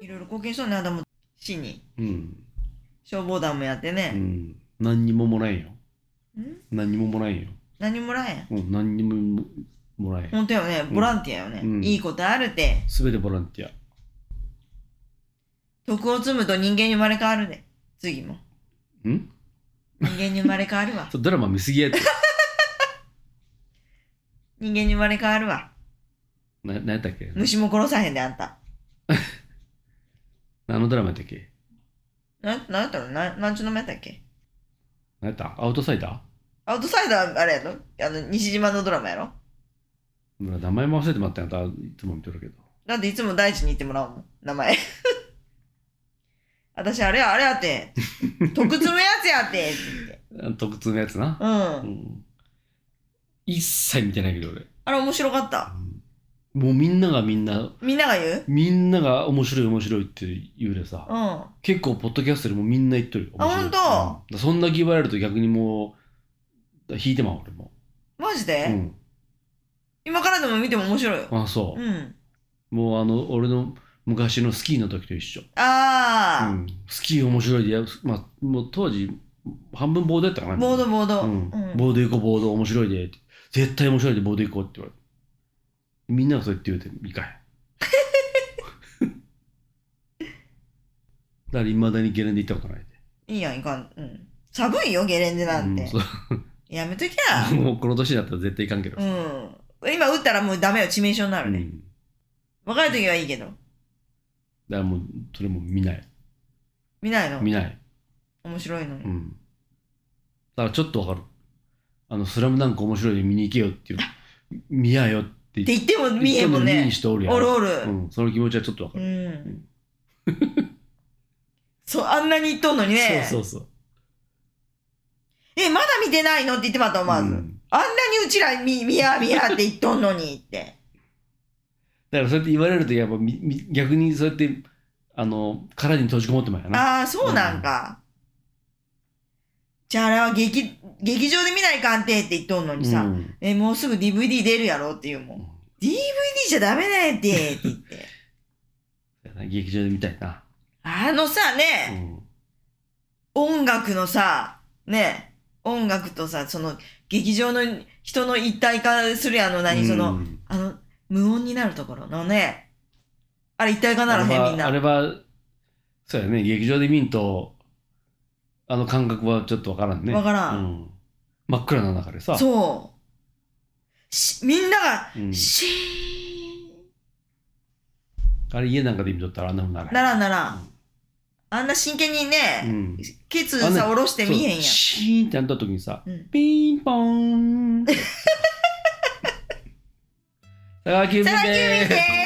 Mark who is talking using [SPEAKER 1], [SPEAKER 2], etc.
[SPEAKER 1] 貢献しとんね、あなたも。市に。
[SPEAKER 2] うん。
[SPEAKER 1] 消防団もやって
[SPEAKER 2] う
[SPEAKER 1] ね。
[SPEAKER 2] ん。何にももらえんよ。
[SPEAKER 1] ん
[SPEAKER 2] 何にももらえんよ。
[SPEAKER 1] 何もらえん。
[SPEAKER 2] うん。何にもももらえん。
[SPEAKER 1] 本当よね。ボランティアよね。
[SPEAKER 2] うん
[SPEAKER 1] いいことあるて。
[SPEAKER 2] すべてボランティア。
[SPEAKER 1] 徳を積むと人間に生まれ変わるで。次も。
[SPEAKER 2] ん
[SPEAKER 1] 人間に生まれ変わ るわ。
[SPEAKER 2] それドラマ見すぎやって。
[SPEAKER 1] 人間に生まれ変わるわ。
[SPEAKER 2] な、何やったっけ
[SPEAKER 1] 虫も殺さへんで、あんた。
[SPEAKER 2] 何のドラマやったっけ
[SPEAKER 1] な、なんやったのな、なんちゅう名前やったっけ
[SPEAKER 2] 何やったアウトサイダー
[SPEAKER 1] アウトサイダーあれやろあの、西島のドラマやろ
[SPEAKER 2] ほら名前も忘れてまったんやんあんたいつも見てるけど。
[SPEAKER 1] だっていつも大地に言ってもらうもん。名前。 私、あれや、あれや って。徳積むやつやって。って言って。
[SPEAKER 2] あ特通のやつな。
[SPEAKER 1] う。
[SPEAKER 2] うんん。一切見てないけど俺。
[SPEAKER 1] あれ面白かった。
[SPEAKER 2] もうみんながみんな、
[SPEAKER 1] みんなが言う
[SPEAKER 2] みんなが面白い面白いって言うでさ
[SPEAKER 1] う、ん。あ、
[SPEAKER 2] 結構ポッドキャストでもみんな言っとるよ。
[SPEAKER 1] あ
[SPEAKER 2] 面白い
[SPEAKER 1] ほんと
[SPEAKER 2] うんそんだけ言われると逆にもう、引いてまう俺も。
[SPEAKER 1] マジで、
[SPEAKER 2] うん。
[SPEAKER 1] 今からでも見ても面白いよ。
[SPEAKER 2] あ、そうう。
[SPEAKER 1] ん。
[SPEAKER 2] もうあの、俺の昔のスキーの時と一緒。
[SPEAKER 1] あ
[SPEAKER 2] うん、スキー面白いでや、まあ、もう当時、半分ボードやったか
[SPEAKER 1] ー、
[SPEAKER 2] な。
[SPEAKER 1] ボードボード。
[SPEAKER 2] う
[SPEAKER 1] うんん。
[SPEAKER 2] ボード行こう、ボード面白いでって。絶対面白いでボード行こうって言われて。みんながそうやって言うて、いいか い。だから、いまだにゲレンデ行ったことないで。
[SPEAKER 1] いいやん、いかん。うん。寒いよ、ゲレンデなんて。
[SPEAKER 2] うんそう
[SPEAKER 1] やめときゃ。
[SPEAKER 2] もうこの年になったら絶対行かんけど
[SPEAKER 1] う。ん。今打ったらもうダメよ、致命傷にな
[SPEAKER 2] う
[SPEAKER 1] るね。
[SPEAKER 2] ん。
[SPEAKER 1] 若い時はいいけど。
[SPEAKER 2] だからもう、それも見ない。
[SPEAKER 1] 見ないの
[SPEAKER 2] 見ない。
[SPEAKER 1] 面白いのに。
[SPEAKER 2] うん。だからちょっとわかる。あの、スラムダンク面白いで見に行けよっていう。見やよって
[SPEAKER 1] って言っても見えへんもん
[SPEAKER 2] 言って見
[SPEAKER 1] ね
[SPEAKER 2] に。しておるやん。
[SPEAKER 1] おるおる。
[SPEAKER 2] うん、その気持ちはちょっとわか
[SPEAKER 1] う
[SPEAKER 2] る。
[SPEAKER 1] ん。そう、あんなに言っとんのにね。
[SPEAKER 2] そうそうそう。
[SPEAKER 1] え、まだ見てないのって言ってまった、思わず。
[SPEAKER 2] うん
[SPEAKER 1] あんなにうちら見、見や見やって言っとんのにって。
[SPEAKER 2] だからそうやって言われると、やっぱみみ逆にそうやって、あの、殻に閉じこもってまうやな。
[SPEAKER 1] ああ、そうなんか。じゃああれは劇、劇場で見ない鑑定って言っとんのにさ、
[SPEAKER 2] うん
[SPEAKER 1] え、もうすぐ DVD 出るやろって言うもん。
[SPEAKER 2] うん
[SPEAKER 1] DVD じゃダメだよって、って言って。
[SPEAKER 2] そうやな劇場で見たいな。
[SPEAKER 1] あのさ、ね、
[SPEAKER 2] うん
[SPEAKER 1] 音楽のさ、ね、音楽とさ、その、劇場の人の一体化するやんあの、何、そうの、
[SPEAKER 2] ん
[SPEAKER 1] あの、無音になるところのね、あれ一体化ならへん、みん
[SPEAKER 2] あれ
[SPEAKER 1] な。
[SPEAKER 2] は、あれはそうやね、劇場で見んと、あの感覚はちょっとわからんね。
[SPEAKER 1] わから
[SPEAKER 2] うんん。真っ暗な中でさ、
[SPEAKER 1] そう。しみんなが、
[SPEAKER 2] うん
[SPEAKER 1] シ
[SPEAKER 2] あれ家なんかで見とったらあんなふうにな
[SPEAKER 1] ー
[SPEAKER 2] らへ
[SPEAKER 1] ン
[SPEAKER 2] ん
[SPEAKER 1] ならんなら
[SPEAKER 2] うん
[SPEAKER 1] ん。あんな真剣に
[SPEAKER 2] う
[SPEAKER 1] ね、
[SPEAKER 2] ん。
[SPEAKER 1] ケツ
[SPEAKER 2] あんな
[SPEAKER 1] さ、下ろして見えへん
[SPEAKER 2] そう
[SPEAKER 1] や
[SPEAKER 2] シーンってなった時にさ、
[SPEAKER 1] うん
[SPEAKER 2] ピンポ ーン。佐川急便
[SPEAKER 1] ん。さらきゅうみ
[SPEAKER 2] で
[SPEAKER 1] で
[SPEAKER 2] ーす。